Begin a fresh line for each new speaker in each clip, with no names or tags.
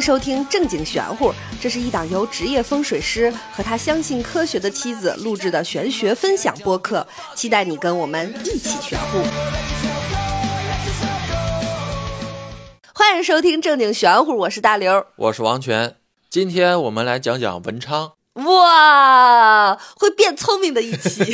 收听《正经玄乎》，这是一档由职业风水师和他相信科学的妻子录制的玄学分享播客，期待你跟我们一起玄乎。欢迎收听《正经玄乎》，我是大刘。
我是王权。今天我们来讲讲文昌。
哇，会变聪明的一期，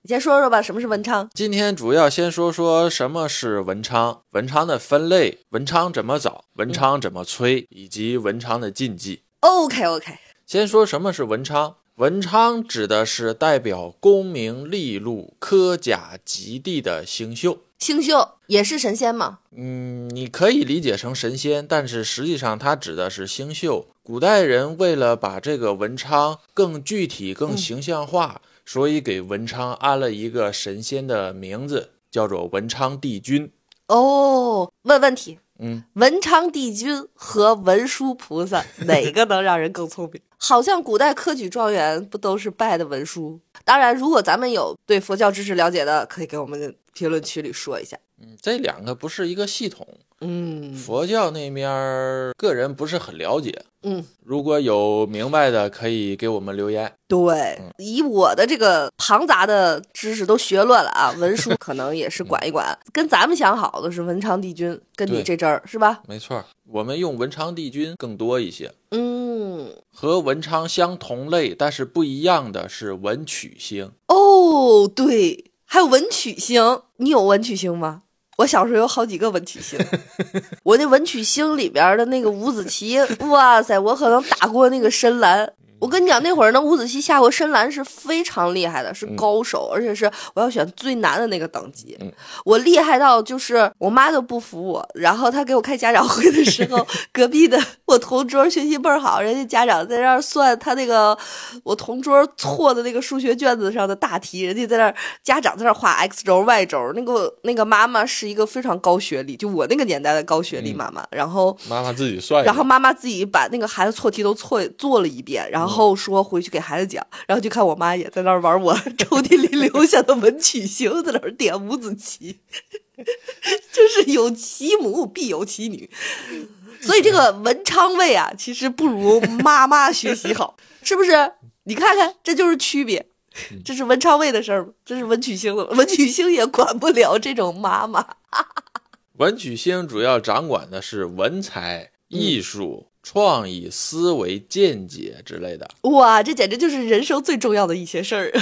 你先说说吧，什么是文昌？
今天主要先说说什么是文昌，文昌的分类，文昌怎么找，文昌怎么催，以及文昌的禁忌。
OK OK，
先说什么是文昌，文昌指的是代表功名利禄、科甲及第的星宿。
星宿也是神仙嘛？
嗯，你可以理解成神仙，但是实际上它指的是星宿。古代人为了把这个文昌更具体、更形象化，所以给文昌安了一个神仙的名字，叫做文昌帝君。
哦，问问题，
嗯，
文昌帝君和文殊菩 萨哪个能让人更聪明？好像古代科举状元不都是拜的文殊？当然，如果咱们有对佛教知识了解的，可以给我们评论区里说一下。
这两个不是一个系统。
嗯
佛教那面儿个人不是很了解，
嗯，
如果有明白的，可以给我们留言。
对，以我的这个庞杂的知识都学乱了 啊，文殊可能也是管一管，跟咱们想好的是文昌帝君，跟你
对
这阵儿是吧？
没错儿，我们用文昌帝君更多一些。
嗯，
和文昌相同类但是不一样的是文曲星。
哦，对，还有文曲星，你有文曲星吗？我小时候有好几个文曲星，我那文曲星里边的那个伍子棋，哇塞，我可能打过那个深蓝。我跟你讲，那会儿呢，伍子棋下过深蓝是非常厉害的，是高手，而且是我要选最难的那个等级。
嗯
我厉害到就是我妈都不服我，然后她给我开家长会的时候， 隔壁的我同桌学习倍儿好，人家家长在那儿算他那个我同桌错的那个数学卷子上的大题，人家在那儿家长在那儿画 x 轴 y 轴，那个那个妈妈是一个非常高学历，就我那个年代的高学历妈妈，然后。
妈妈自己算一下
然后妈妈自己把那个孩子错题都错做了一遍，然后说回去给孩子讲，然后就看我妈也在那儿玩我抽屉里留下的文曲星，在那儿点五子棋， 就是有其母必有其女，所以这个文昌位啊，其实不如妈妈学习好，是不是？你看看，这就是区别。这是文昌位的事儿吗？这是文曲星的，文曲星也管不了这种妈妈。
文曲星主要掌管的是文采、艺术、创意、思维、见解之类的。
哇，这简直就是人生最重要的一些事儿。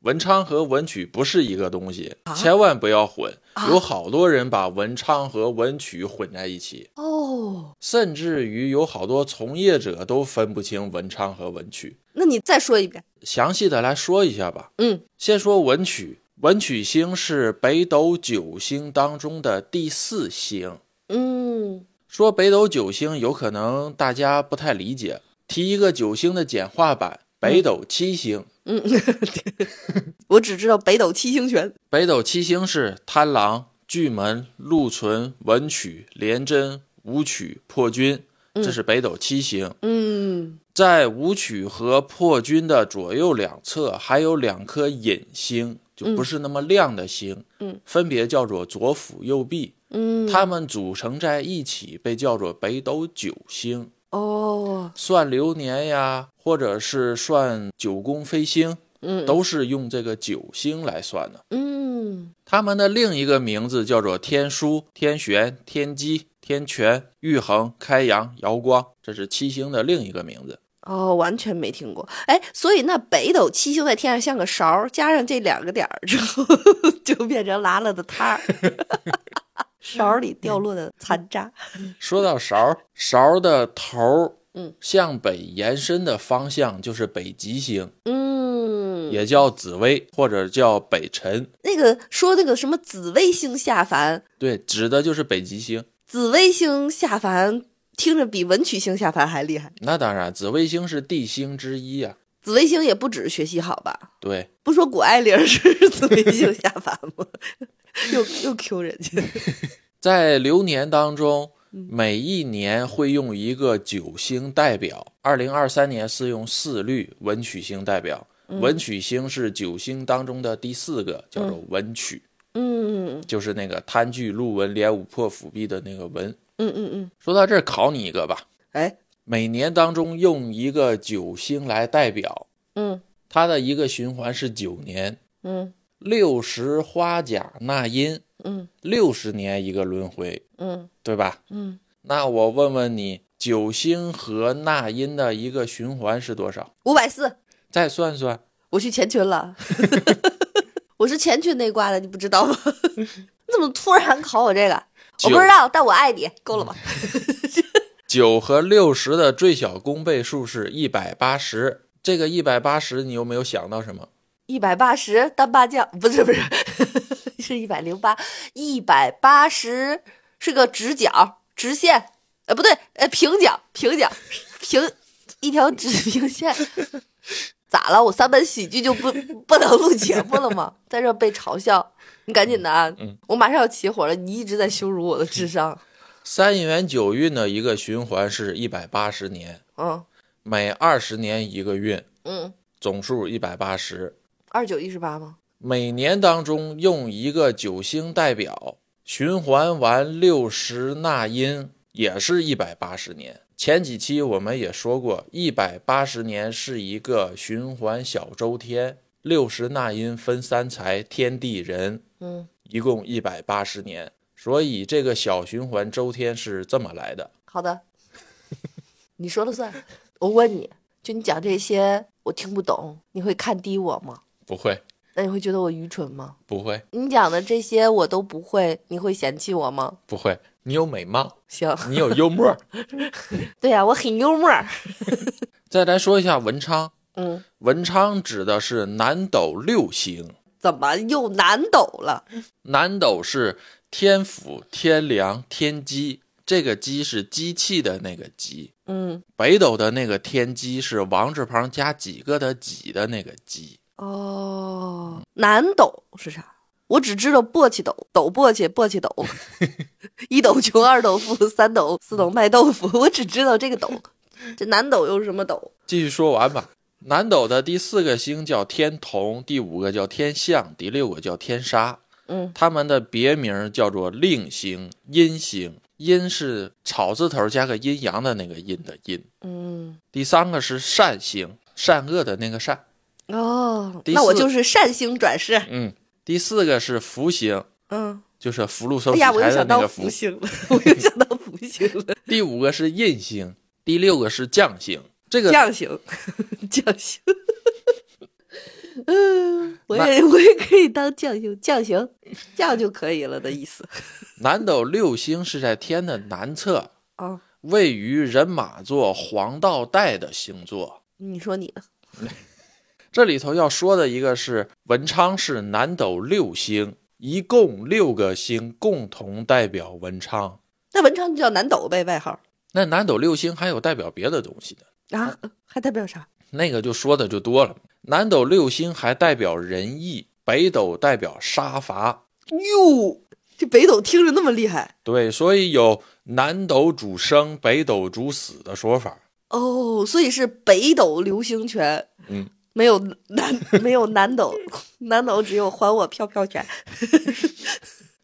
文昌和文曲不是一个东西，
啊
千万不要混。有好多人把文昌和文曲混在一起，
哦，
甚至于有好多从业者都分不清文昌和文曲。
那你再说一遍。
详细的来说一下吧。
嗯，
先说文曲，文曲星是北斗九星当中的第四星。
嗯，
说北斗九星，有可能大家不太理解，提一个九星的简化版，北斗七星。
我只知道北斗七星拳。
北斗七星是贪狼、巨门、禄存、文曲、廉贞、武曲、破军，这是北斗七星。
嗯，
在武曲和破军的左右两侧还有两颗隐星，就不是那么亮的星，
嗯，
分别叫做左辅右弼，
嗯，
它们组成在一起被叫做北斗九星，
哦，
算流年呀，或者是算九宫飞星，
嗯
都是用这个九星来算的。
嗯，
它们的另一个名字叫做天枢、天璇、天机、天权、玉衡、开阳、瑶光，这是七星的另一个名字。
哦，完全没听过。哎，所以那北斗七星在天上像个勺儿，加上这两个点儿之后， 就变成拉了的摊儿， 勺儿里掉落的残渣。
说到勺儿，勺儿的头儿，
嗯，
向北延伸的方向就是北极星，
嗯，
也叫紫薇或者叫北辰，
那个说那个什么紫微星下凡，
对，指的就是北极星。
紫微星下凡听着比文曲星下凡还厉害。
那当然，紫微星是地星之一啊。
紫微星也不只是学习好吧？
对，
不说谷爱凌是紫微星下凡吗？ 又又 Q 人家，
在流年当中，每一年会用一个九星代表。二零二三年是用四律文曲星代表，文曲星是九星当中的第四个，叫做文曲，
嗯
就是那个贪巨禄文连五破辅弼的那个文。
嗯嗯嗯，
说到这儿，考你一个吧。
哎，
每年当中用一个九星来代表，
嗯
它的一个循环是九年，
嗯
六十花甲纳音，
嗯
六十年一个轮回，
嗯
对吧？
嗯，
那我问问你，九星和纳音的一个循环是多少？
五百四，
再算算，
我去前群了， 我是前群那挂的，你不知道吗？ 你怎么突然考我这个？我不知道，但我爱你，够了吧？
九和六十的最小公倍数是一百八十，这个一百八十你有没有想到什么？
一百八十单八酱 不是不是，是一百零八，一百八十是个直角直线，呃不对，呃平角平角平一条直平线。咋了？我三本喜剧就不不能录节目了吗？ 在这被嘲笑，你赶紧的啊！
嗯
我马上要起火了，你一直在羞辱我的智商。
三元九运的一个循环是一百八十年，
嗯
每二十年一个运，
嗯，
总数一百八十。
二九一十八吗？
每年当中用一个九星代表，循环完六十纳音也是一百八十年。前几期我们也说过，一百八十年是一个循环小周天，六十纳音分三才，天地人，
嗯，
一共一百八十年。所以这个小循环周天是这么来的。
好的， 你说了算。我问你，就你讲这些，我听不懂，你会看低我吗？
不会，
那你会觉得我愚蠢吗？
不会，
你讲的这些我都不会，你会嫌弃我吗？
不会。你有美貌，
行，
你有幽 默。
对呀、我很幽默。
再来说一下文昌，
嗯，
文昌指的是南斗六星，
怎么又难抖了？
南斗是天府、天梁、天机，这个机是机器的那个机。
嗯，
北斗的那个天机是王字旁加几个的几的那个机，
哦，难抖是啥？我只知道簸箕抖，抖簸箕，簸箕 抖，一抖穷，二抖富，三抖四抖卖豆腐。我只知道这个抖，这难抖又是什么抖？
继续说完吧。南斗的第四个星叫天同，第五个叫天象，第六个叫天杀。
嗯
他们的别名叫做令星、阴星。阴是草字头加个阴阳的那个阴的阴。
嗯，
第三个是善星，善恶的那个善。
哦，
第
那我
四
就是善星转世。
嗯，第四个是福星，
嗯，
就是福禄寿
哎
喜
呀，我又
财的
想
那
到
个福
福。星 了，我又想到福星了。
第五个是印星，第六个是将星。 这个
酱型，酱型。 嗯，我也我也可以当酱型，酱型，酱就可以了的意思
南斗六星是在天的南侧，
啊。
位于人马座黄道带的星座。
你说你呢？
这里头要说的一个是文昌是南斗六星，一共六个星共同代表文昌。
那文昌就叫南斗呗，外号
那南斗六星还有代表别的东西的，
啊，还代表啥？
那个就说的就多了。南斗六星还代表仁义，北斗代表杀伐。
哟，这北斗听着那么厉害
对，所以有南斗主生，北斗主死的说法。
哦，所以是北斗流星拳，
嗯，
没有南没有南斗， 南斗只有还我飘飘拳。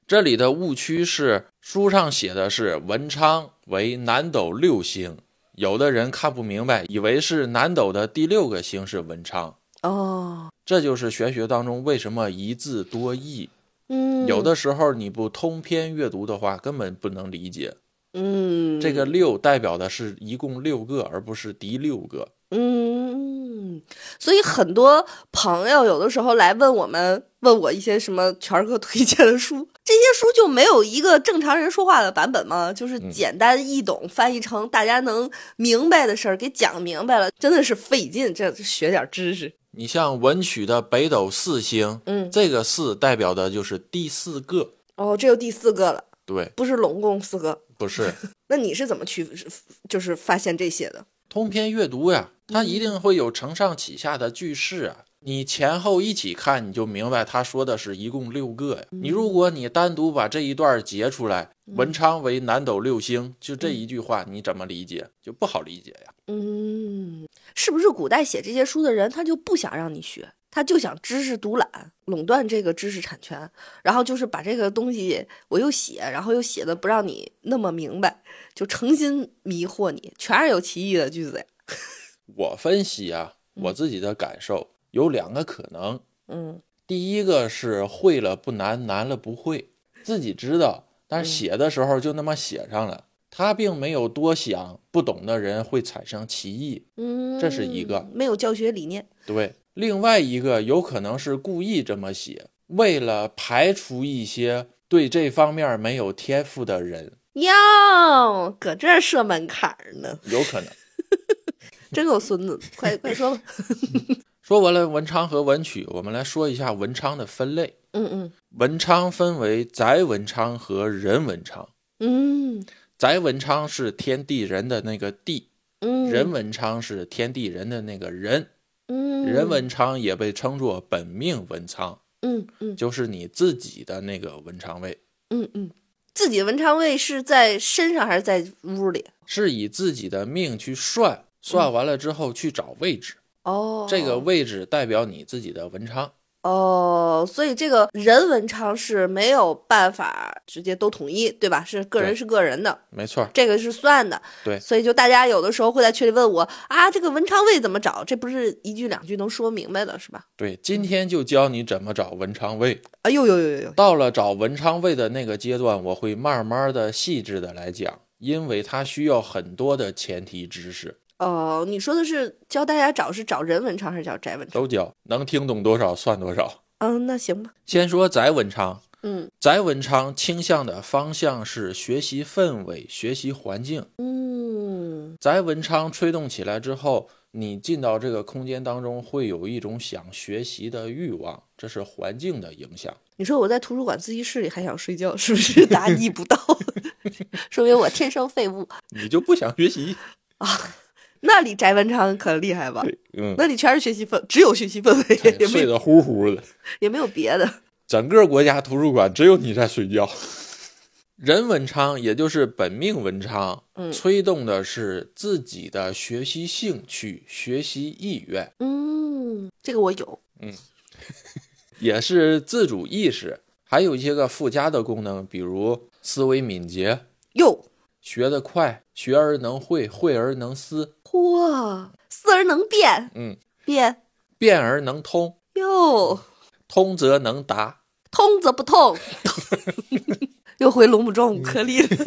这里的误区是，书上写的是文昌为南斗六星，有的人看不明白，以为是南斗的第六个星是文昌。
哦，
这就是玄学当中为什么一字多义，
嗯，
有的时候你不通篇阅读的话，根本不能理解。
嗯，
这个六代表的是一共六个，而不是第六个。
嗯，所以很多朋友有的时候来问我们，问我一些什么权哥推荐的书，这些书就没有一个正常人说话的版本吗？就是
嗯
简单易懂，翻译成大家能明白的事儿给讲明白了，真的是费劲，这这学点知识。
你像文曲的北斗四星，
嗯，
这个四代表的就是第四个，
哦，这又第四个了，
对，
不是拢共四个。
不是
那你是怎么去就是发现这些的？
通篇阅读呀，它一定会有承上启下的句式啊。你前后一起看，你就明白他说的是一共六个呀。你如果你单独把这一段截出来，文昌为南斗六星，就这一句话，你怎么理解？就不好理解呀。
嗯，是不是古代写这些书的人，他就不想让你学，他他就想知识独揽，垄断这个知识产权，然后就是把这个东西我又写，然后又写的不让你那么明白，就诚心迷惑你，全是有歧义的句子呀。
我分析啊，我自己的感受有两个可能，
嗯
第一个是会了不难，难了不会，自己知道，但是写的时候就那么写上了，他并没有多想，不懂的人会产生歧义，
嗯，
这是一个
没有教学理念。
对，另外一个有可能是故意这么写，为了排除一些对这方面没有天赋的人，
哟，搁这儿设门槛儿呢，
有可能。
真够孙子的！快快说吧。
说完了文昌和文曲，我们来说一下文昌的分类。
嗯
文昌分为宅文昌和人文昌。
嗯嗯
宅文昌是天地人的那个地，
嗯，
人文昌是天地人的那个人。
嗯
人文昌也被称作本命文昌，
嗯嗯
就是你自己的那个文昌位，
嗯嗯，自己的文昌位是在身上还是在屋里？
是以自己的命去算，算完了之后去找位置。
哦，
这个位置代表你自己的文昌。
哦，所以这个人文昌是没有办法直接都统一，对吧？是个人
对
是个人的，
没错儿，
这个是算的。
对
所以就大家有的时候会在群里问我啊，这个文昌位怎么找？这不是一句两句能说明白的，是吧？
对，今天就教你怎么找文昌位。
啊，呦呦呦呦呦，
到了找文昌位的那个阶段，我会慢慢的、细致的来讲，因为它需要很多的前提知识，
哦，你说的是教大家找是找人文昌还是找宅文昌？
都教，能听懂多少算多少。
嗯，那行吧。
先说宅文昌，
嗯
宅文昌倾向的方向是学习氛围、学习环境。
嗯
宅文昌吹动起来之后，你进到这个空间当中，会有一种想学习的欲望，这是环境的影响。
你说我在图书馆自习室里还想睡觉，是不 是答疑不到？ 说明我天生废物。
你就不想 学习？
那里翟文昌可厉害吧？
嗯，
那里全是学习氛，只有学习氛围，也没
哎睡得呼呼的。
也没有别的。
整个国家图书馆只有你在睡觉。人文昌，也就是本命文昌，
嗯
催动的是自己的学习兴趣、学习意愿，
嗯，这个我有。
也是自主意识，还有一些个附加的功能，比如思维敏捷、
哟，
学得快、学而能会、会而能思，
嚯，思而能变，
嗯，
变
变而能通，
哟，
通则能达。
通则不痛。 又回龙母庄五颗粒了。
嗯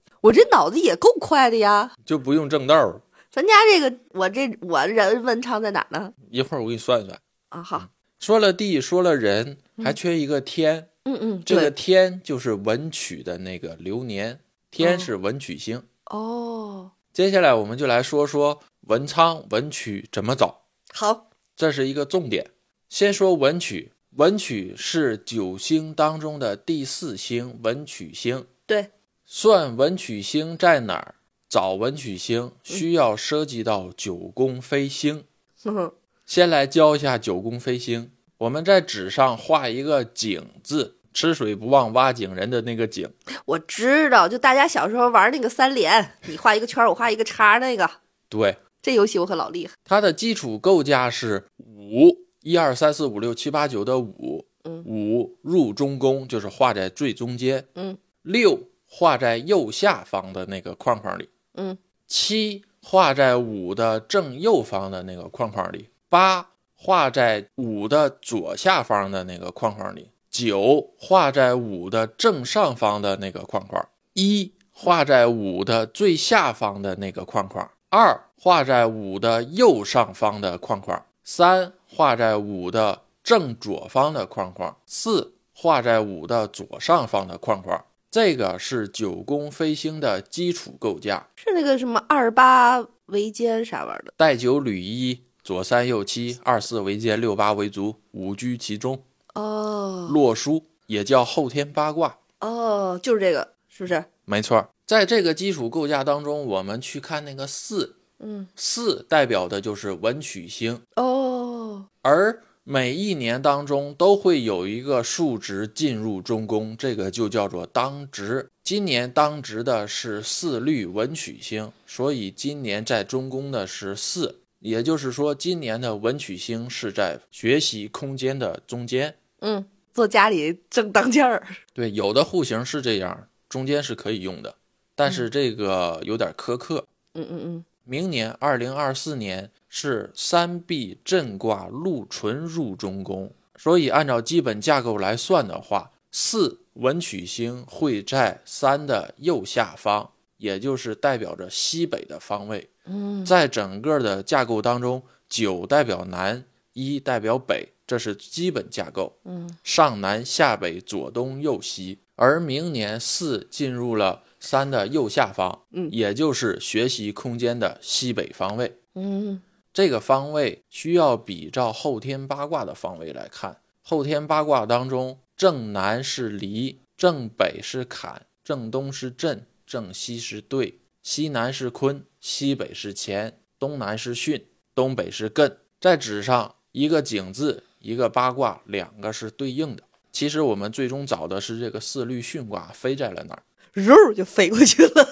我这脑子也够快的呀！
就不用正道儿，
咱家这个，我这我人文昌在哪呢？
一会儿我给你算算。
啊，好，
说了地，说了人，还缺一个天，
嗯嗯，
这
对
个天就是文曲的那个流年，天
哦
是文曲星。
哦，
接下来我们就来说说文昌文曲怎么找，
好，
这是一个重点。先说文曲，文曲是九星当中的第四星文曲星。
对，
算文曲星在哪儿？找文曲星需要涉及到九宫飞星。
哼哼，
先来教一下九宫飞星。我们在纸上画一个井字，吃水不忘挖井人的那个井。
我知道，就大家小时候玩那个三连，你画一个圈儿，我画一个叉儿那个，
对，
这游戏我可老厉害。
它的基础构架是五一二三四五六七八九的五，
嗯
五入中宫就是画在最中间，
嗯，
六画在右下方的那个框框里，
嗯，
七画在五的正右方的那个框框里，八画在五的左下方的那个框框里，九画在五的正上方的那个框框，一画在五的最下方的那个框框，二画在五的右上方的框框，三画在五的正左方的框框，四画在五的左上方的框框。这个是九宫飞星的基础构架。
是那个什么二八围歼啥玩意儿的？
带九履一，左三右七，二四为奸，六八为卒，五居其中。
哦
洛书也叫后天八卦，
哦，就是这个，是不是？
没错儿。在这个基础构架当中，我们去看那个四，
嗯，
四代表的就是文曲星，
哦，
而每一年当中都会有一个数值进入中宫，这个就叫做当值。今年当值的是四绿文曲星，所以今年在中宫的是四。也就是说，今年的文曲星是在学习空间的中间。
嗯，坐家里正当劲儿。
对，有的户型是这样，中间是可以用的，但是这个有点苛刻。
嗯嗯嗯，
明年二零二四年是三碧震卦禄存入中宫，所以按照基本架构来算的话，四文曲星会在三的右下方，也就是代表着西北的方位。
嗯，
在整个的架构当中，九代表南，一代表北，这是基本架构。
嗯，
上南下北，左东右西。而明年四进入了三的右下方，
嗯
也就是学习空间的西北方位。
嗯
这个方位需要比照后天八卦的方位来看。后天八卦当中，正南是离，正北是坎，正东是震，正西是兑，西南是坤，西北是乾，东南是巽，东北是艮。在纸上，一个井字，一个八卦，两个是对应的。其实我们最终找的是这个四律巽卦飞在了哪儿？
肉就飞过去了。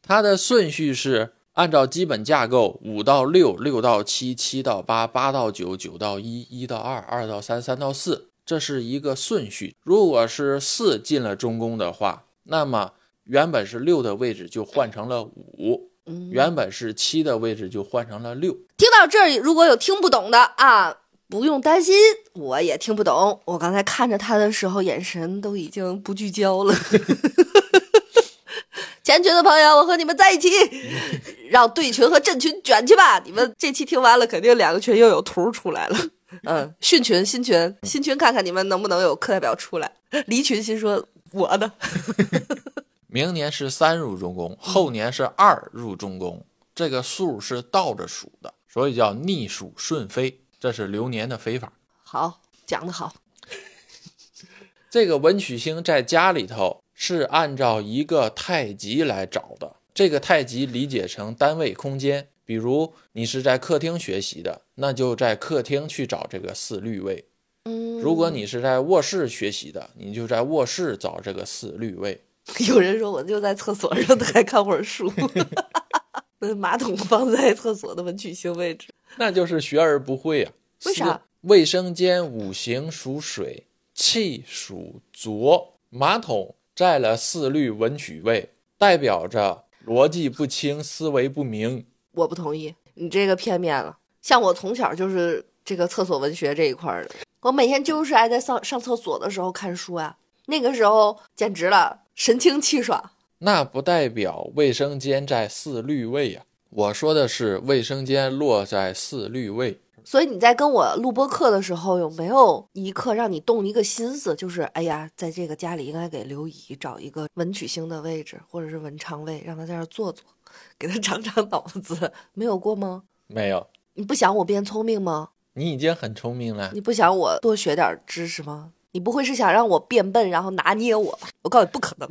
它的顺序是按照基本架构，五到六，六到七，七到八，八到九，九到一，一到二，二到三，三到四，这是一个顺序。如果是四进了中宫的话，那么原本是六的位置就换成了五，
嗯
原本是七的位置就换成了六。
听到这儿，如果有听不懂的啊，不用担心，我也听不懂。我刚才看着他的时候，眼神都已经不聚焦了。 前群的朋友，我和你们在一起，让对群和正群卷去吧！你们这期听完了，肯定两个群又有图出 来了。嗯，训群、新群、新群，看看你们能不能有课代表出来。离群心说我的，
明年是三入中宫，后年是二入中宫，这个数是倒着数的，所以叫逆数顺飞，这是流年的飞法。
好，讲的好，
这个文曲星在家里头是按照一个太极来找的，这个太极理解成单位空间。比如你是在客厅学习的，那就在客厅去找这个四律位；
嗯
如果你是在卧室学习的，你就在卧室找这个四律位。
有人说我就在厕所上还看会儿书， 嗯马桶放在厕所的文曲星位置。
那就是学而不会啊。
为啥
四？卫生间五行属水，气属浊，马桶占了四律文曲位，代表着逻辑不清、思维不明。
我不同意，你这个片面了。像我从小就是这个厕所文学这一块儿的，我每天就是爱在上上厕所的时候看书啊，那个时候简直了，神清气爽。
那不代表卫生间在四律位呀、我说的是卫生间落在四律位，
所以你在跟我录播课的时候，有没有一刻让你动一个心思，就是哎呀，在这个家里应该给刘姨找一个文曲星的位置，或者是文昌位，让她在这儿坐坐，给她长长脑子？没有过吗？
没有。
你不想我变聪明吗？
你已经很聪明了，
你不想我多学点知识吗？你不会是想让我变笨，然后拿捏我吧？我告诉你，不可能。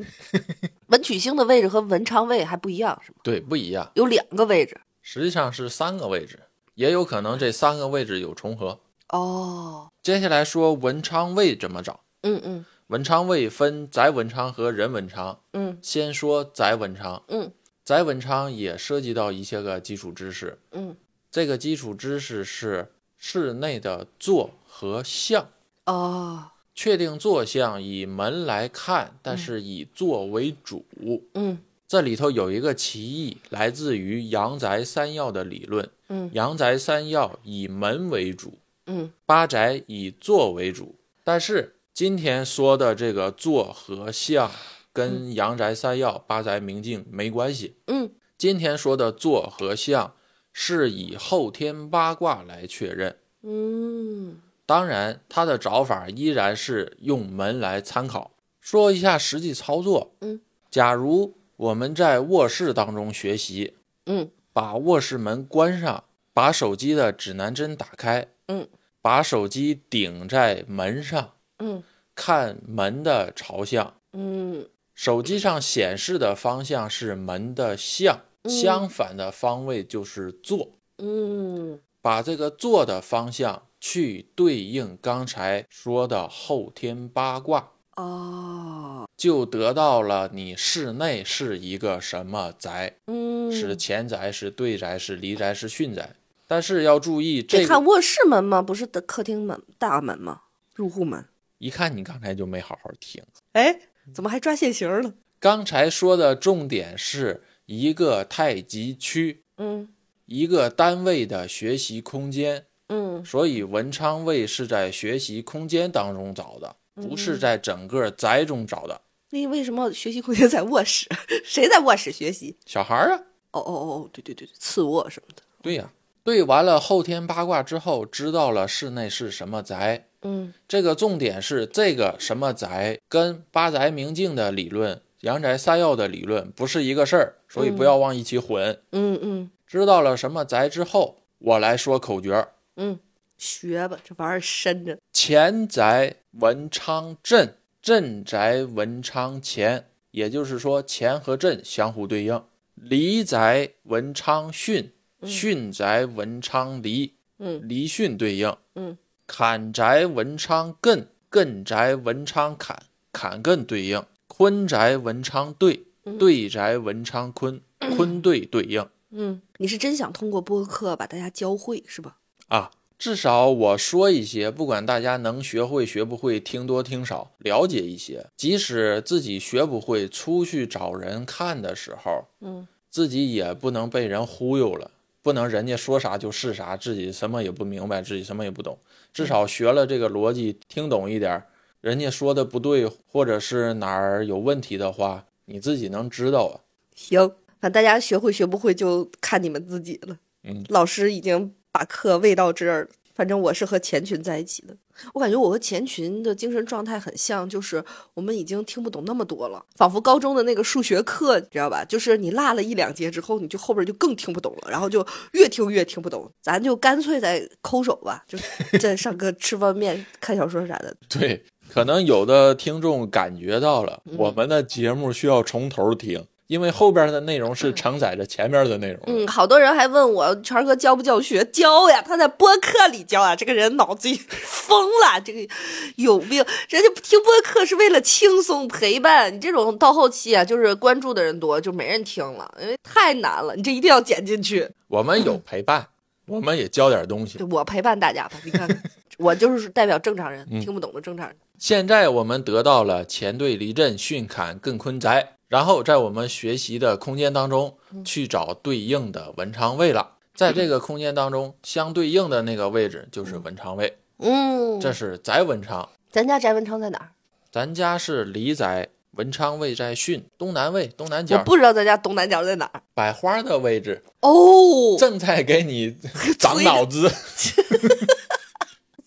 文曲星的位置和文昌位还不一样，是吗？
对，不一样，
有两个位置
实际上是三个位置，也有可能这三个位置有重合。
哦。
接下来说文昌位怎么找。
嗯嗯
文昌位分宅文昌和人文昌。
嗯
先说宅文昌，
嗯
宅文昌也涉及到一些个基础知识。
嗯，
这个基础知识是室内的坐和向，
哦，
确定坐向以门来看，但是以坐为主。
嗯
这里头有一个歧义，来自于阳宅三要的理论。
嗯
阳宅三要以门为主，
嗯
八宅以坐为主，但是今天说的这个坐和相跟阳宅三要、八宅明镜没关系。
嗯
今天说的坐和相是以后天八卦来确认，
嗯。
当然它的找法依然是用门来参考。说一下实际操作，
嗯，
假如我们在卧室当中学习，
嗯
把卧室门关上，把手机的指南针打开，
嗯，
把手机顶在门上，
嗯
看门的朝向。
嗯
手机上显示的方向是门的向，
嗯
相反的方位就是坐。
嗯
把这个坐的方向去对应刚才说的后天八卦，
哦，
就得到了你室内是一个什么宅，
嗯
是前宅，是对宅，是离宅，是巽宅。但是要注意，这
得看
个
卧室门吗？不是的客厅门、大门吗？入户门？
一看你刚才就没好好听。
哎，怎么还抓现行了？
刚才说的重点是一个太极区，
嗯
一个单位的学习空间，
嗯
所以文昌位是在学习空间当中找的，不是在整个宅中找的。
那为什么学习空间在卧室？ 谁在卧室学习？
小孩儿啊，
哦哦哦，对对对，对次卧什么的。
对呀、对完了后天八卦之后，知道了室内是什么宅。
嗯
这个重点是这个什么宅跟八宅明镜的理论、阳宅三要的理论不是一个事儿，所以不要往一起混。
嗯嗯
知道了什么宅之后，我来说口诀儿：
嗯，学吧，这玩意儿深着。
前宅文昌震，震宅文昌乾，也就是说乾和震相互对应。离宅文昌巽，巽宅文昌离，
嗯
离巽对应。
嗯
坎宅文昌艮，艮宅文昌坎，坎艮对应；坤宅文昌兑，兑宅文昌坤，坤兑对应。
嗯，你是真想通过播客把大家教会是吧？
啊，至少我说一些，不管大家能学会学不会，听多听少，了解一些。即使自己学不会，出去找人看的时候，
嗯，
自己也不能被人忽悠了，不能人家说啥就是啥，自己什么也不明白，自己什么也不懂。至少学了这个逻辑，听懂一点儿，人家说的不对，或者是哪儿有问题的话，你自己能知道啊。
行，反正大家学会学不会就看你们自己了。
嗯，
老师已经把课喂到这儿了。反正我是和前群在一起的，我感觉我和前群的精神状态很像，就是我们已经听不懂那么多了，仿佛高中的那个数学课，你知道吧？就是你落了一两节之后，你就后边就更听不懂了，然后就越听越听不懂。咱就干脆再抠手吧，就再上课吃方便面、看小说啥的。
对，可能有的听众感觉到了，
嗯
我们的节目需要从头听，因为后边的内容是承载着前面的内容。
嗯，好多人还问我权儿哥教不教学？教呀，他在播客里教啊。这个人脑子疯了， 这个有病。人家听播客是为了轻松陪伴，你这种到后期啊，就是关注的人多，就没人听了，因为太难了。你这一定要剪进去，
我们有陪伴，我们也教点东西
就。我陪伴大家吧。你看 看，我就是代表正常人，
嗯
听不懂的正常人。
现在我们得到了前队离震、巽坎、艮坤宅，然后在我们学习的空间当中
嗯
去找对应的文昌位了。在这个空间当中，相对应的那个位置就是文昌位，
嗯，
这是宅文昌。
咱家翟文昌在哪儿？
咱家是离宅，文昌位在巽，东南位，东南
我
角，
不知道咱家东南角在哪儿。
百花的位置。
哦，
正在 给你长脑子。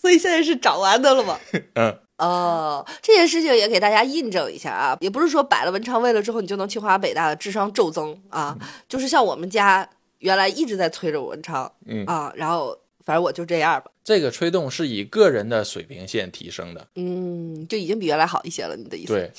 所以现在是找完的了吗？
嗯，
哦，这件事情也给大家印证一下啊，也不是说摆了文昌位了之后你就能清华北大的智商骤增啊，
嗯
就是像我们家原来一直在催着我文昌，
嗯
啊，然后反正我就这样吧，
这个吹动是以个人的水平线提升的。
嗯，就已经比原来好一些了，你的意思？，
对，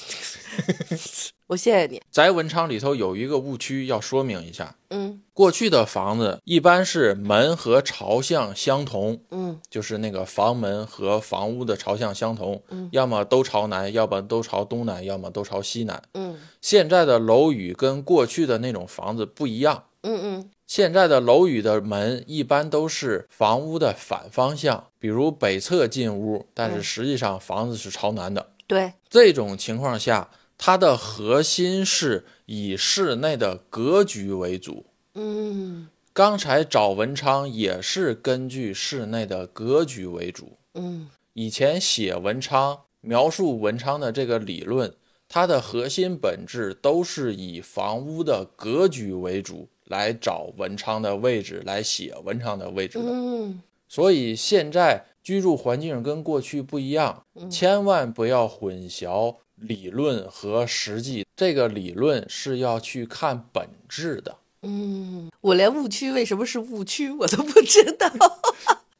我谢谢你，
宅文昌里头有一个误区要说明一下，
嗯
过去的房子一般是门和朝向相同，
嗯
就是那个房门和房屋的朝向相同，
嗯
要么都朝南，要么都朝东南，要么都朝西南。
嗯
现在的楼宇跟过去的那种房子不一样。
嗯嗯
现在的楼宇的门一般都是房屋的反方向，比如北侧进屋，但是实际上房子是朝南的。
对，
这种情况下，它的核心是以室内的格局为主。
嗯
刚才找文昌也是根据室内的格局为主。
嗯
以前写文昌、描述文昌的这个理论，它的核心本质都是以房屋的格局为主来找文昌的位置，来写文昌的位置的。
嗯
所以现在居住环境跟过去不一样，千万不要混淆理论和实际。这个理论是要去看本质的。
嗯，我连误区为什么是误区我都不知道，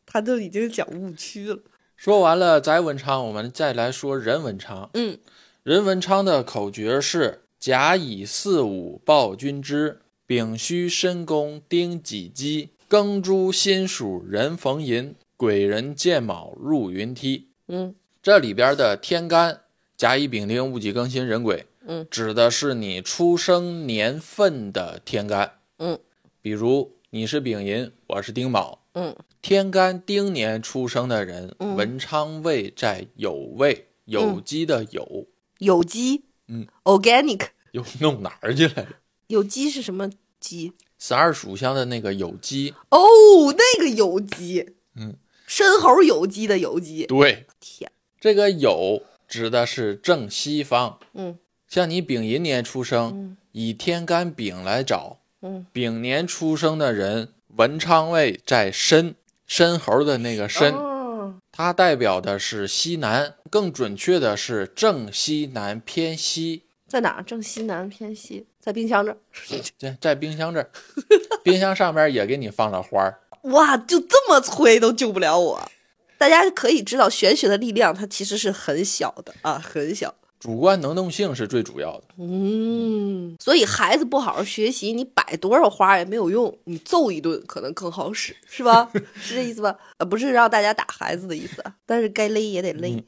他都已经讲误区了，
说完了翟文昌，我们再来说任文昌。
嗯
任文昌的口诀是：甲乙巳午报君之，丙戌申公丁己鸡，庚猪辛属壬逢寅，癸壬见卯入云梯。
嗯
这里边的天干甲乙丙丁戊己庚辛壬癸，
嗯，
指的是你出生年份的天干，
嗯，
比如你是丙寅，我是丁卯，
嗯
天干丁年出生的人，
嗯
文昌位在有位，有机的有，
有机，
嗯
，organic，
又弄哪儿去了？
有机是什么鸡？
十二属相的那个有机，
哦，那个有机，
嗯，
深猴有机的有机，
对，
天，
这个有指的是正西方。
嗯
像你丙寅年出生，
嗯
以天干丙来找，
嗯，
丙年出生的人，文昌位在申，申猴的那个申，
哦
它代表的是西南，更准确的是正西南偏西。
在哪儿？正西南偏西，在冰箱这儿。
在在冰箱这儿，冰箱上面也给你放了花儿。
哇，就这么催都救不了我。大家可以知道，玄学的力量它其实是很小的啊，很小。
主观能动性是最主要的。
嗯，所以孩子不好好学习，你摆多少花也没有用，你揍一顿可能更好使，是 吧？是这意思吧？呃，不是让大家打孩子的意思啊，但是该勒也得勒。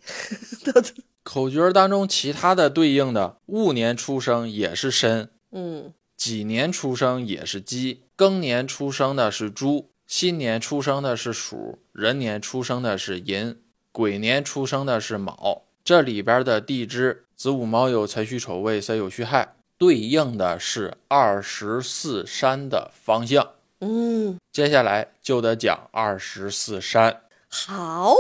口诀当中其他的对应的戊年出生也是申，
嗯
己年出生也是鸡，庚年出生的是猪，辛年出生的是鼠，壬年出生的是寅，癸年出生的是卯。这里边的地支子午卯酉辰戌丑未申酉戌亥，对应的是二十四山的方向。
嗯，
接下来就得讲二十四山，
好。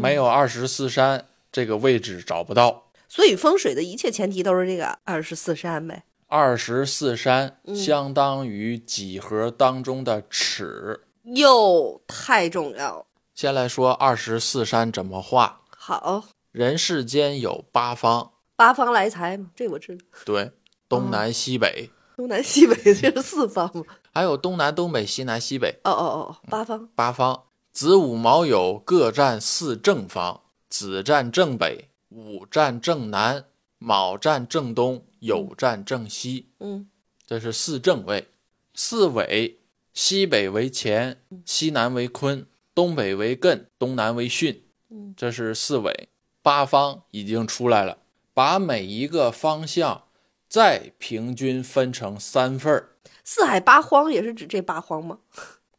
没有二十四山这个位置找不到。
所以风水的一切前提都是这个二十四山呗。
二十四山相当于几何当中的尺。
哟，太重要了。
先来说二十四山怎么画。
好，
人世间有八方，
八方来财嘛，这我知道。
对，东南西北，
东南西北这是四方嘛？
还有东南、东北、西南、西北
哦哦哦，八方。
八方。子午卯酉各占四正方，子占正北，午占正南，卯占正东，酉占正西。
嗯
这是四正位，四尾，西北为乾，西南为坤，东北为艮，东南为巽
嗯。
这是四尾，八方已经出来了，把每一个方向再平均分成三份儿，
四海八荒也是指这八荒吗？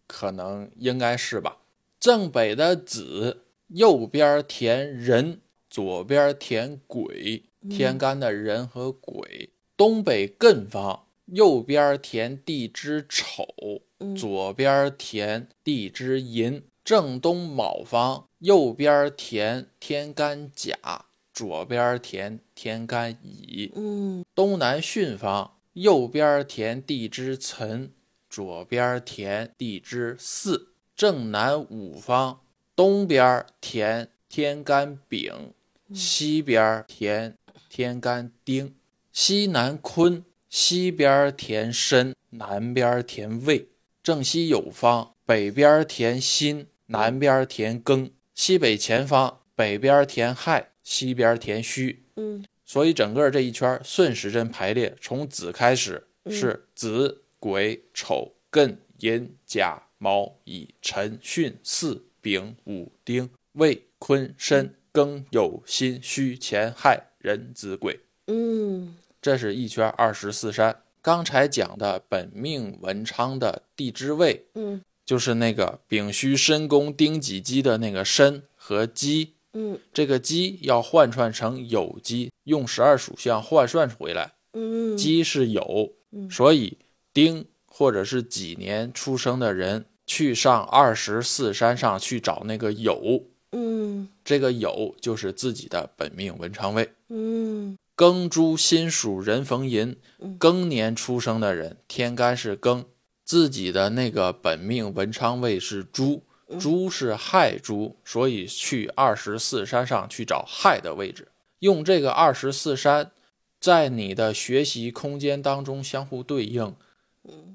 可能应该是吧。正北的子，右边填人，左边填鬼，天干的人和鬼。东北艮方，右边填地支丑，
嗯
左边填地支寅。正东卯方，右边填天干甲，左边填天干乙。
嗯，
东南巽方，右边填地支辰，左边填地支巳；正南五方，东边填天干丙，西边填天干丁；西南坤，西边填申，南边填未。正西有方，北边填辛，南边填庚；西北前方，北边填亥，西边填戌。
嗯
所以整个这一圈儿顺时针排列，从子开始是子、癸、丑、艮、寅、甲、卯、乙、辰、戌、巳、丙、午、丁、未、坤、申、庚、酉、辛、戌、乾、亥、壬、子、癸。
嗯
这是一圈二十四山。刚才讲的本命文昌的地支位，
嗯
就是那个丙戌申宫丁己鸡的那个申和鸡，
嗯
这个鸡要换算成酉鸡，用十二属相换算回来，
嗯，
鸡是酉，
嗯
所以丁或者是几年出生的人去上二十四山上去找那个酉，
嗯
这个酉就是自己的本命文昌位。
嗯
庚猪辛属壬逢寅
嗯，
庚年出生的人，天干是庚，自己的那个本命文昌位是猪，猪是亥猪，所以去二十四山上去找亥的位置，用这个二十四山，在你的学习空间当中相互对应，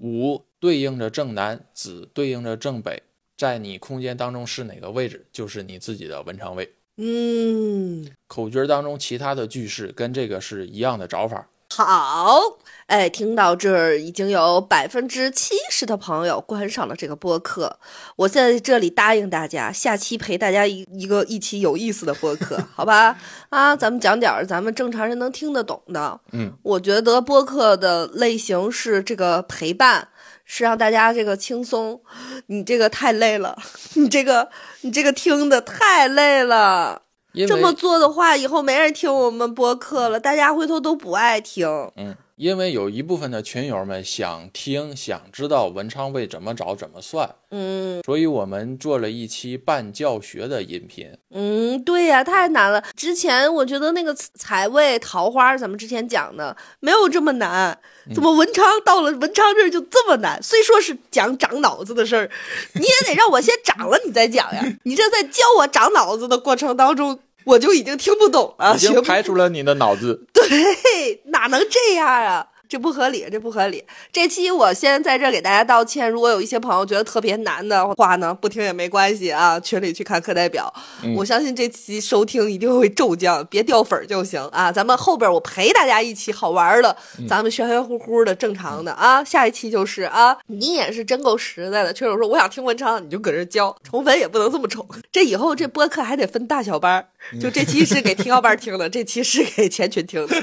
午对应着正南，子对应着正北，在你空间当中是哪个位置，就是你自己的文昌位。
嗯，
口诀当中其他的句式跟这个是一样的找法。
好。哎，听到这儿，已经有百分之七十的朋友观赏了这个播客。我在这里答应大家，下期陪大家一一个一期有意思的播客，好吧？啊，咱们讲点儿咱们正常人能听得懂的。
嗯，
我觉得播客的类型是这个陪伴，是让大家这个轻松。你这个太累了，你这个你这个听的太累了。
因为
这么做的话，以后没人听我们播客了，大家回头都不爱听。
嗯，因为有一部分的群友们想听，想知道文昌位怎么找、怎么算，
嗯
所以我们做了一期半教学的音频。
嗯，对呀、太难了。之前我觉得那个财位、桃花，咱们之前讲的没有这么难，
嗯
怎么文昌到了文昌这儿就这么难？虽说是讲长脑子的事儿，你也得让我先长了你再讲呀。你这在教我长脑子的过程当中，我就已经听不懂了，
已
学
经
不
排除了你的脑子。
对，哪能这样啊？这不合理，这不合理。这期我先在这儿给大家道歉，如果有一些朋友觉得特别难的话呢，不听也没关系啊，群里去看课代表。
嗯
我相信这期收听一定会骤降，别掉粉儿就行啊。咱们后边我陪大家一起好玩儿的，咱们玄玄乎乎的正常的啊。下一期就是啊，你也是真够实在的。缺手说我想听文昌，你就搁这儿教，宠粉也不能这么宠。这以后这播客还得分大小班儿，
嗯
就这期是给听小班儿听的，这期是给前群听的。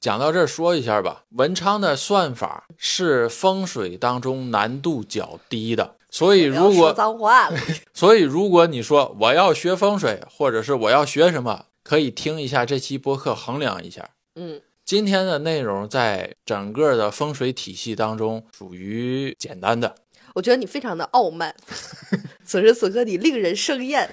讲到这儿说一下吧，文昌的算法是风水当中难度较低的，所以
不要
如
说
果
脏话了，
所以如果你说我要学风水，或者是我要学什么，可以听一下这期播客，衡量一下。
嗯，
今天的内容在整个的风水体系当中属于简单的，
我觉得你非常的傲慢， 此时此刻你令人生厌，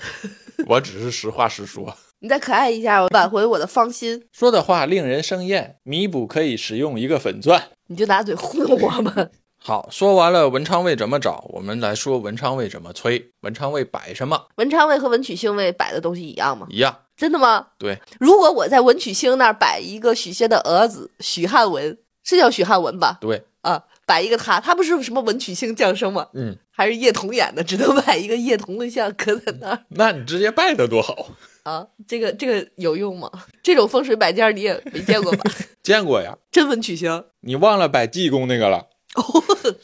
我只是实话实说。
你再可爱一下，我挽回我的芳心，
说的话令人生厌，弥补可以使用一个粉钻。
你就拿嘴糊弄我们。
好，说完了文昌位怎么找，我们来说文昌位怎么催。文昌位摆什么
文昌位和文曲星位摆的东西一样吗？
一样？
真的吗？
对，
如果我在文曲星那儿摆一个许仙的儿子许汉文，是叫许汉文吧？
对，
啊，摆一个他，他不是什么文曲星降生吗？
嗯，
还是叶童演的，只能 摆一个叶童的像搁在那儿
那你直接拜的多好。
啊。这个这个有用吗？ 这种风水摆件儿你也没见过吧？
见过呀，
真文曲星。
你忘了摆济公那个了？
哦，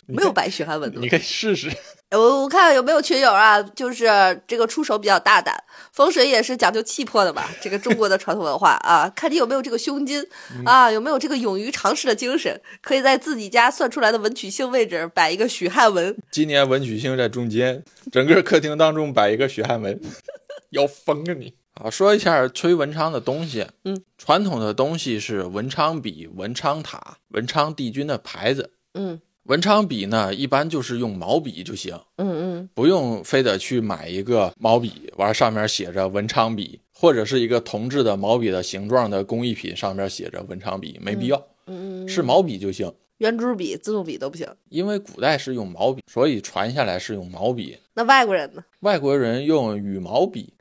没有白学韩文的。
可以试试。
我我看有没有群友啊，就是这个出手比较大胆，风水也是讲究气魄的吧？这个中国的传统文化啊，看你有没有这个胸襟啊，有没有这个勇于尝试的精神，可以在自己家算出来的文曲星位置摆一个许汉文，
今年文曲星在中间，整个客厅当中摆一个许汉文， 要疯啊你！好，说一下催文昌的东西。
嗯，
传统的东西是文昌笔、文昌塔、文昌帝君的牌子。
嗯
文昌笔呢，一般就是用毛笔就行，
嗯嗯
不用非得去买一个毛笔，完上面写着文昌笔，或者是一个铜制的毛笔的形状的工艺品，上面写着文昌笔，没必要，
嗯嗯，
是毛笔就行。
圆珠笔、自动笔都不行，
因为古代是用毛笔，所以传下来是用毛笔。
那外国人呢？
外国人用羽毛笔，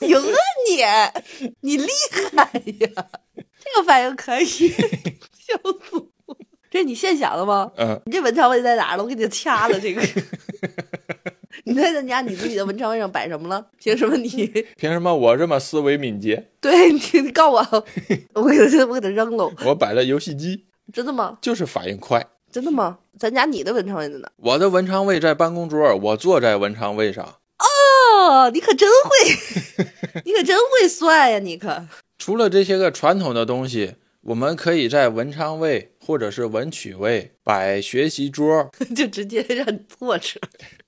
行啊你，你厉害呀，这个反应可以，笑死我！这是你现想的吗？
嗯，
你这文昌位在哪儿了？我给你掐了这个。 你在咱家你自己的文昌位上摆什么了？凭什么你？
凭什么我这么思维敏捷？
对你，你告我，我给他，我给他扔喽！
我摆了游戏机，
真的吗？
就是反应快。
真的吗？咱家你的文昌位在哪儿？
我的文昌位在办公桌，我坐在文昌位上。
哦，你可真会， 你可真会算呀！你可，
除了这些个传统的东西，我们可以在文昌位或者是文曲位摆学习桌。
就直接让你坐着。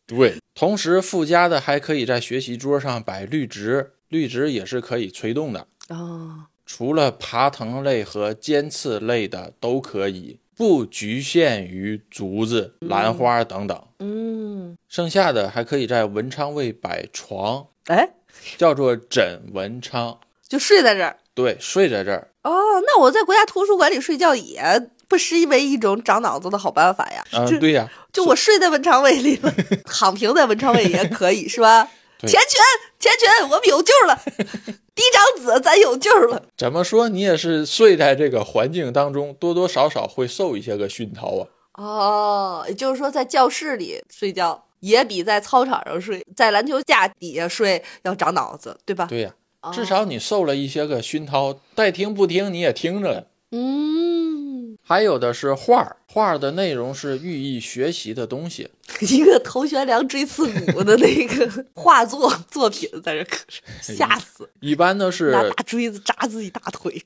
对，同时附加的还可以在学习桌上摆绿植，绿植也是可以催动的。
哦，
除了爬藤类和尖刺类的都可以，不局限于竹子、兰花等等。
嗯，
剩下的还可以在文昌位摆床，
哎，
叫做枕文昌。
就睡在这儿。
对，睡在这儿。
哦，那我在国家图书馆里睡觉也不失为一种长脑子的好办法呀。
嗯、
这
对呀、
就我睡在文昌位里 了，躺平在文昌位也可以是吧？
对
前拳，前拳，我们有救了！嫡长子，咱有救了！
怎么说你也是睡在这个环境当中，多多少少会受一些个熏陶啊。
哦，也就是说，在教室里睡觉也比在操场上睡、在篮球架底下睡要长脑子，对吧？
对呀、
哦
至少你受了一些个熏陶，带听不听你也听着了。
嗯，
还有的是画儿，画儿的内容是寓意学习的东西。
一个头悬梁锥刺股的那个画作作品在这儿，吓死！
一般都是
拿大锥子扎自己大腿，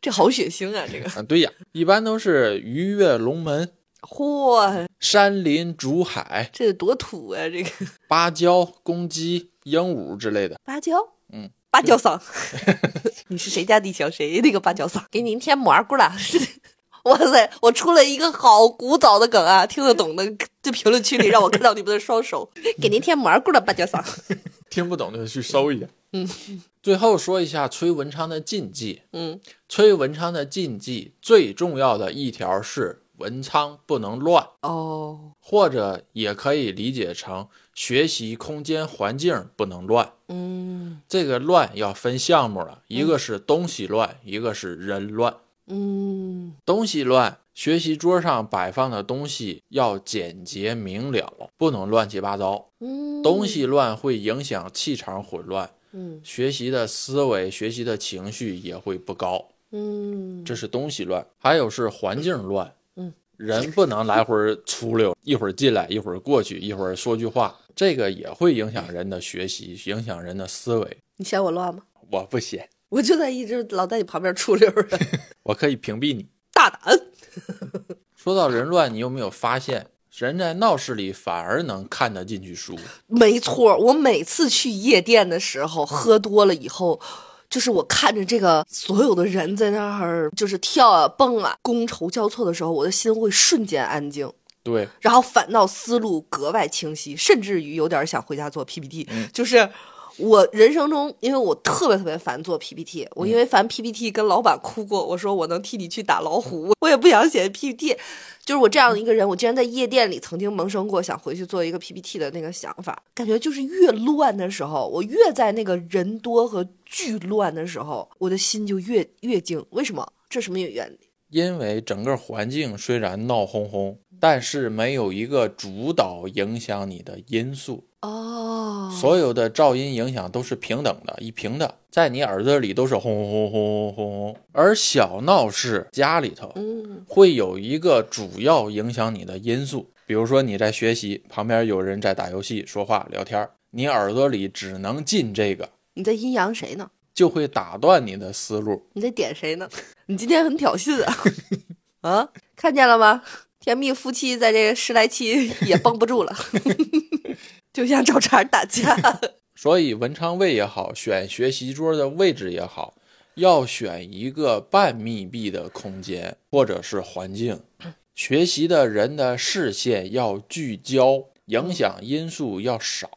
这好血腥啊！这个，
啊，对呀，一般都是鱼跃龙门、
嚯，
山林、竹海、
这得多土啊！这个
芭蕉、公鸡、鹦鹉之类的。
芭蕉，
嗯，
芭蕉 嗓， 你是谁家的小谁那个芭蕉嗓？给您添蘑菇了。哇塞！我出了一个好古早的梗啊，听得懂的在评论区里让我看到你们的双手，给您添蘑菇了，芭蕉嗓。
听不懂的去搜一下。嗯，最后说一下崔文昌的禁忌。
嗯，
崔文昌的禁忌最重要的一条是文昌不能乱，
哦，
或者也可以理解成学习空间环境不能乱。
嗯
这个乱要分项目了，一个是东西乱，一个是人乱。
嗯
东西乱，学习桌上摆放的东西要简洁明了，不能乱七八糟。
嗯，
东西乱会影响气场混乱，
嗯
学习的思维、学习的情绪也会不高，
嗯，
这是东西乱。还有是环境乱，
嗯，
人不能来回出溜，一会儿进来，一会儿过去，一会儿说句话，这个也会影响人的学习，影响人的思维。
你嫌我乱吗？
我不写，
我就在一直老在你旁边出溜儿的，
我可以屏蔽你。
大胆。
说到人乱，你有没有发现，人在闹市里反而能看得进去书？
没错，我每次去夜店的时候，喝多了以后，就是我看着这个所有的人在那儿就是跳啊蹦啊，觥筹交错的时候，我的心会瞬间安静，
对，
然后反倒思路格外清晰，甚至于有点想回家做 PPT，、就是。我人生中，因为我特别特别烦做 PPT，我因为烦 PPT 跟老板哭过，我说我能替你去打老虎，我也不想写 PPT，就是我这样的一个人，我竟然在夜店里曾经萌生过想回去做一个 PPT 的那个想法，感觉就是越乱的时候，我越在那个人多和巨乱的时候，我的心就越越静。为什么？这什么原理？
因为整个环境虽然闹哄哄，但是没有一个主导影响你的因素。
哦，
所有的噪音影响都是平等的，一平的，在你耳朵里都是轰轰轰轰轰轰轰。而小闹市家里头
嗯
会有一个主要影响你的因素，比如说你在学习，旁边有人在打游戏、说话、聊天儿，你耳朵里只能进这个，
你在阴阳谁呢？
就会打断你的思路。
你在点谁呢？你今天很挑衅啊！啊，看见了吗？甜蜜夫妻在这十来期也绷不住了， 就像找茬打架。
所以文昌位也好，选学习桌的位置也好，要选一个半密闭的空间或者是环境。学习的人的视线要聚焦，影响因素要少，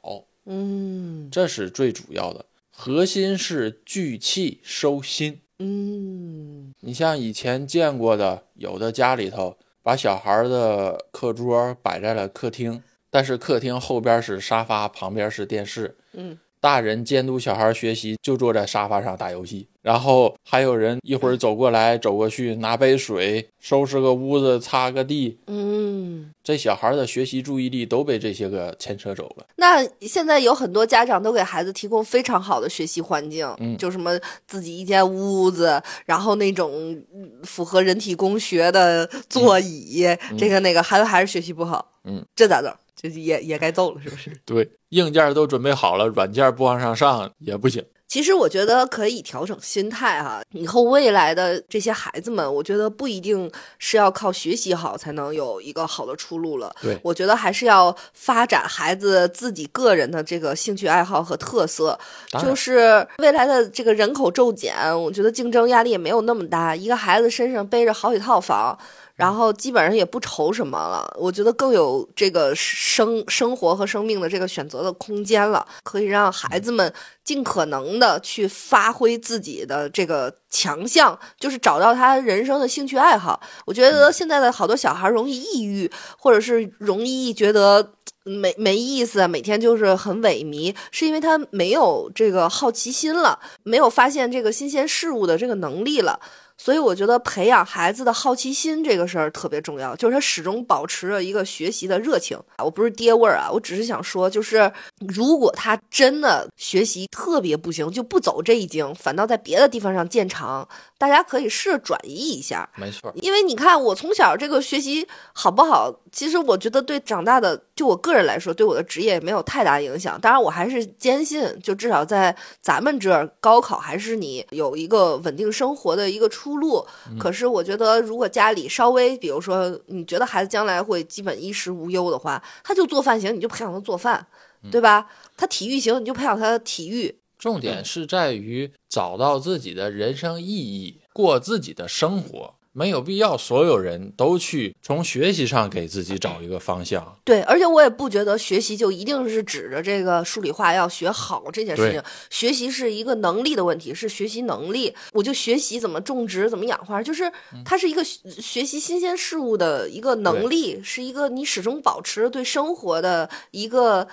嗯
这是最主要的。核心是聚气收心。
嗯
你像以前见过的，有的家里头把小孩儿的课桌摆在了客厅，但是客厅后边是沙发，旁边是电视，
嗯，
大人监督小孩学习，就坐在沙发上打游戏，然后还有人一会儿走过来走过去拿杯水，收拾个屋子，擦个地。
嗯，
这小孩的学习注意力都被这些个牵扯走了。
那现在有很多家长都给孩子提供非常好的学习环境，
嗯
就什么自己一间屋子，然后那种嗯符合人体工学的座椅，这个那个，孩子还是学习不好，
嗯，
这咋整？这也也该揍了，是不是？
对，硬件都准备好了，软件不往上上也不行。
其实我觉得可以调整心态哈、以后未来的这些孩子们，我觉得不一定是要靠学习好才能有一个好的出路了。
对
我觉得还是要发展孩子自己个人的这个兴趣爱好和特色。
当然
就是未来的这个人口骤减，我觉得竞争压力也没有那么大。一个孩子身上背着好几套房，然后基本上也不愁什么了。我觉得更有这个生生活和生命的这个选择的空间了，可以让孩子们尽可能的去发挥自己的这个强项，就是找到他人生的兴趣爱好。我觉得现在的好多小孩容易抑郁，或者是容易觉得没没意思，啊每天就是很萎靡，是因为他没有这个好奇心了，没有发现这个新鲜事物的这个能力了。所以我觉得培养孩子的好奇心这个事儿特别重要，就是他始终保持着一个学习的热情。啊我不是爹味儿啊，我只是想说，就是如果他真的学习特别不行，就不走这一经，反倒在别的地方上见长，大家可以试着转移一下。
没错，
因为你看，我从小这个学习好不好，其实我觉得对长大的，就我个人来说，对我的职业也没有太大影响。当然，我还是坚信，就至少在咱们这儿，高考还是你有一个稳定生活的一个出路。可是，我觉得如果家里稍微，比如说你觉得孩子将来会基本衣食无忧的话，他就做饭行，你就培养他做饭，对吧？他体育行，你就培养他体育。
重点是在于找到自己的人生意义，过自己的生活。没有必要，所有人都去从学习上给自己找一个方向。
对，而且我也不觉得学习就一定是指着这个数理化要学好这件事情
对，
学习是一个能力的问题，是学习能力。我就学习怎么种植，怎么养花，就是它是一个学学习新鲜事物的一个能力，是一个你始终保持对生活的一个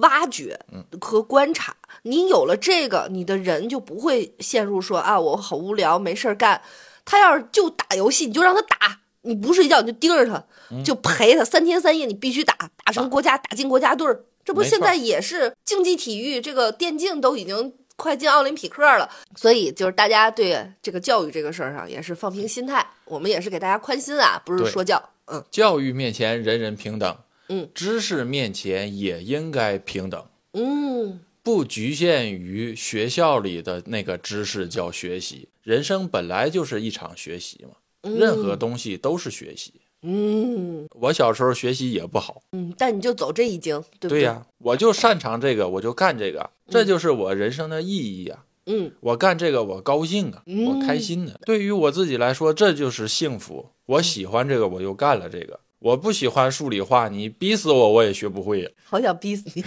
挖掘和观察。你有了这个，你的人就不会陷入说啊，我好无聊，没事儿干。他要是就打游戏，你就让他打，你不睡觉你就盯着他，
嗯
就陪他三天三夜，你必须打，打成国家，打进国家队儿。这不
没错
现在也是竞技体育，这个电竞都已经快进奥林匹克了，所以就是大家对这个教育这个事儿上也是放平心态，我们也是给大家宽心啊，不是
对
说教，嗯，
教育面前人人平等，
嗯，
知识面前也应该平等，
嗯，
不局限于学校里的那个知识叫学习。人生本来就是一场学习嘛，任何东西都是学习。
嗯
我小时候学习也不好，
嗯，但你就走这一经，对嗯不
对呀、我就擅长这个，我就干这个，这就是我人生的意义啊。
嗯
我干这个我高兴啊，
嗯
我开心呢、对于我自己来说，这就是幸福。我喜欢这个，我就干了这个。我不喜欢数理化，你逼死我我也学不会呀。
好想逼 死你，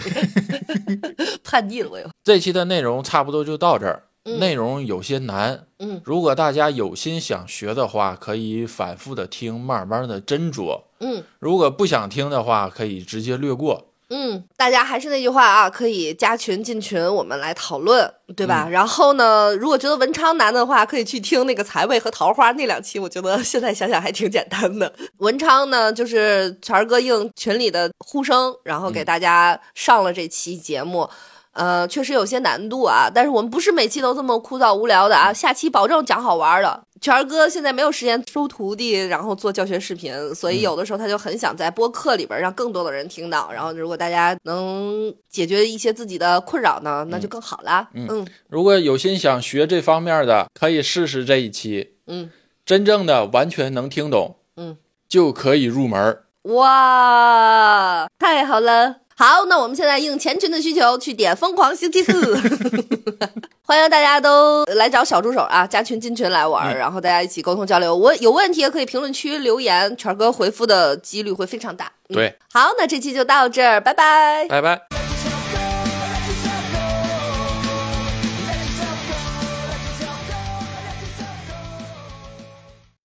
叛逆了我又，
这期的内容差不多就到这儿，
嗯
内容有些难。
嗯
如果大家有心想学的话，可以反复的听，慢慢的斟酌。
嗯。
如果不想听的话，可以直接略过。
嗯，大家还是那句话啊，可以加群进群，我们来讨论，对吧？然后呢，如果觉得文昌难的话，可以去听那个财位和桃花那两期，我觉得现在想想还挺简单的。 文昌呢，就是全儿哥应群里的呼声，然后给大家上了这期节目。呃，确实有些难度啊，但是我们不是每期都这么枯燥无聊的啊，下期保证讲好玩的。全儿哥现在没有时间收徒弟，然后做教学视频，所以有的时候他就很想在播客里边让更多的人听到。然后如果大家能解决一些自己的困扰呢，那就更好啦。嗯嗯
如果有心想学这方面的，可以试试这一期，真正的完全能听懂，
嗯，
就可以入门儿。
哇，太好了！好，那我们现在应前群的需求去点疯狂星期四，欢迎大家都来找小助手啊，加群进群来玩儿，然后大家一起沟通交流。我有问题也可以评论区留言，全哥回复的几率会非常大。嗯
对，
好，那这期就到这儿，拜拜。
拜拜。